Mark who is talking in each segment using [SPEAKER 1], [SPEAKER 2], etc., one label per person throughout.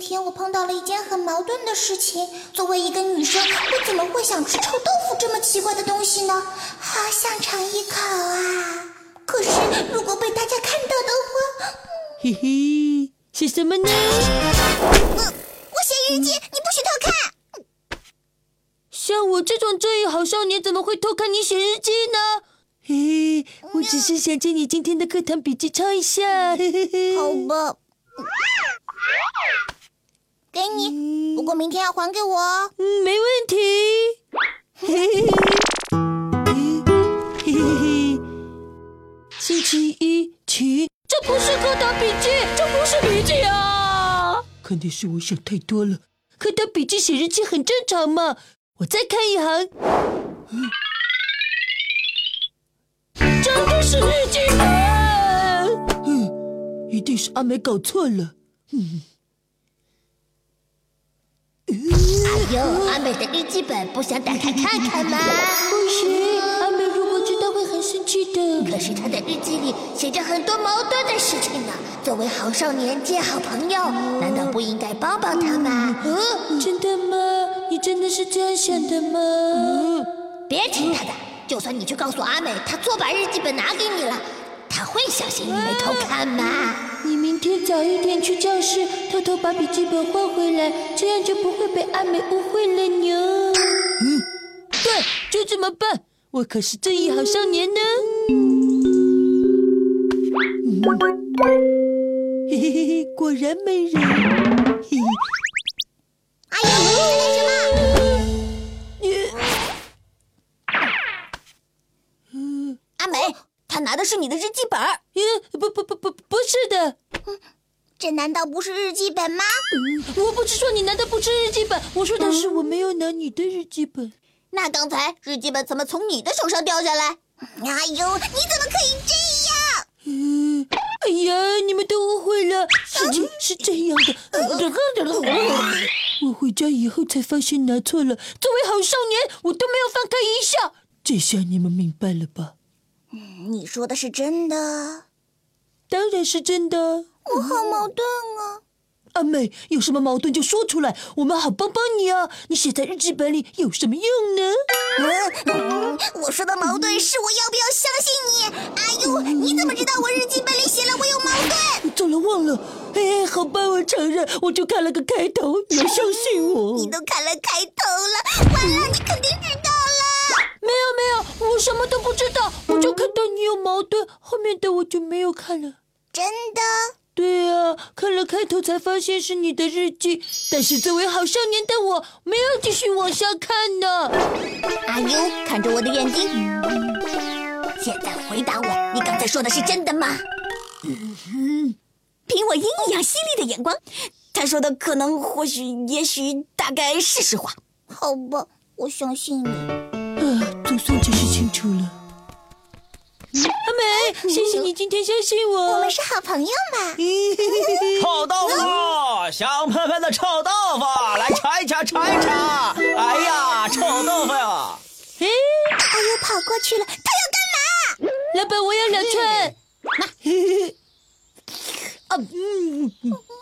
[SPEAKER 1] 天我碰到了一件很矛盾的事情。作为一个女生，我怎么会想吃臭豆腐这么奇怪的东西呢？好想尝一口啊！可是如果被大家看到的话，
[SPEAKER 2] 嘿嘿，是什么呢？
[SPEAKER 1] 我我写日记，你不许偷看。
[SPEAKER 2] 像我这种正义好少年，怎么会偷看你写日记呢？嘿嘿，我只是想借你今天的课堂笔记抄一下。嘿嘿嘿，
[SPEAKER 1] 吧，给你，不过明天要还给我哦。
[SPEAKER 2] 嗯，没问题。嘿嘿嘿嘿嘿嘿，星期一起。这不是课堂笔记，这不是笔记啊！肯定是我想太多了。课堂笔记写日记很正常嘛。我再看一行，嗯真的是日记本。嗯，一定是阿美搞错了。
[SPEAKER 3] 哎呦，阿美的日记本不想打开看看 吗？
[SPEAKER 2] 不行，阿美如果知道会很生气的。
[SPEAKER 3] 可是她的日记里写着很多矛盾的事情呢。作为好少年兼好朋友，难道不应该帮帮她吗？嗯，
[SPEAKER 2] 真的吗？你真的是这样想的吗？
[SPEAKER 3] 别听她的，就算你去告诉阿美，她错把日记本拿给你了，她会相信你没偷看吗？
[SPEAKER 2] 你明天早一点去教室，偷偷把笔记本换回来，这样就不会被阿美误会了呢。嗯，对，就这么办。我可是正义好少年呢。嗯嘿嘿嘿嘿，果然没人。嘿嘿。
[SPEAKER 1] 哎呀，你在干什么？
[SPEAKER 3] 阿美，她拿的是你的日记本。
[SPEAKER 2] 耶，不不不不，不是的，
[SPEAKER 1] 这难道不是日记本吗？
[SPEAKER 3] 嗯
[SPEAKER 2] 我不是说你拿的不是日记本，我说的是我没有拿你的日记本。
[SPEAKER 3] 那刚才日记本怎么从你的手上掉下来？
[SPEAKER 1] 哎呦，你怎么可以这样？
[SPEAKER 2] 嗯，哎呀，你们都误会了，事情是嗯这样的。我回家以后才发现拿错了，作为好少年，我都没有放开一下。这下你们明白了吧？
[SPEAKER 1] 你说的是真的？
[SPEAKER 2] 当然是真的。
[SPEAKER 1] 我好矛盾啊！
[SPEAKER 2] 阿美，有什么矛盾就说出来，我们好帮帮你啊！你写在日记本里有什么用呢？
[SPEAKER 1] 嗯，我说的矛盾是我要不要相信你？哎呦，你怎么知道我日记本里写了我有矛盾？
[SPEAKER 2] 我早了忘了。哎，好吧，我承认，我就看了个开头，你要相信我。
[SPEAKER 1] 你都看了开头了，完了，你肯定知道了。
[SPEAKER 2] 没有没有，我什么都不知道，我就看到你有矛盾，后面的我就没有看了。
[SPEAKER 1] 真的？
[SPEAKER 2] 对呀、啊，看了开头才发现是你的日记，但是作为好少年的我，没有继续往下看呢。
[SPEAKER 1] 哎
[SPEAKER 3] 阿优，看着我的眼睛，现在回答我，你刚才说的是真的吗？
[SPEAKER 1] 嗯
[SPEAKER 3] 凭我阴一样犀利的眼光，他说的可能、或许、也许、大概是实话。
[SPEAKER 1] 好吧，我相信你。
[SPEAKER 2] 啊，总算解释清楚了。阿美，谢谢你今天相信
[SPEAKER 1] 我
[SPEAKER 2] 我
[SPEAKER 1] 们。是好朋友嘛？
[SPEAKER 4] 臭豆腐，香喷喷的臭豆腐，来尝一尝，尝一尝。哎呀，臭豆腐呀！
[SPEAKER 2] 哎，
[SPEAKER 1] 阿优跑过去了，他要干嘛？
[SPEAKER 2] 老板，我要两串。
[SPEAKER 1] 哦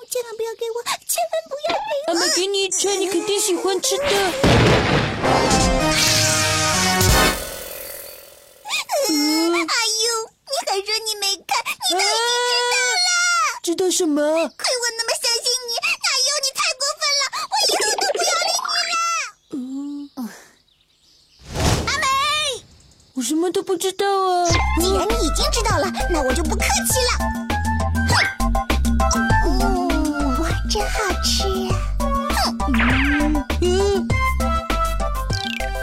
[SPEAKER 1] 千万不要给我，千万不要给
[SPEAKER 2] 阿美给你一串，你肯定喜欢吃的。
[SPEAKER 1] 我！阿优，哎你还说你没看，你都已经知道了。
[SPEAKER 2] 知道什么？
[SPEAKER 1] 亏我那么相信你，阿优，你太过分了，我以后都不要理你了。阿美，
[SPEAKER 2] 我什么都不知道啊。
[SPEAKER 1] 既然你已经知道了，那我就不客气了。哼，嗯，真好吃啊！
[SPEAKER 2] 嗯，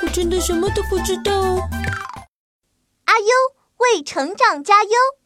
[SPEAKER 2] 我真的什么都不知道。
[SPEAKER 1] 哎
[SPEAKER 5] 阿优为成长加油。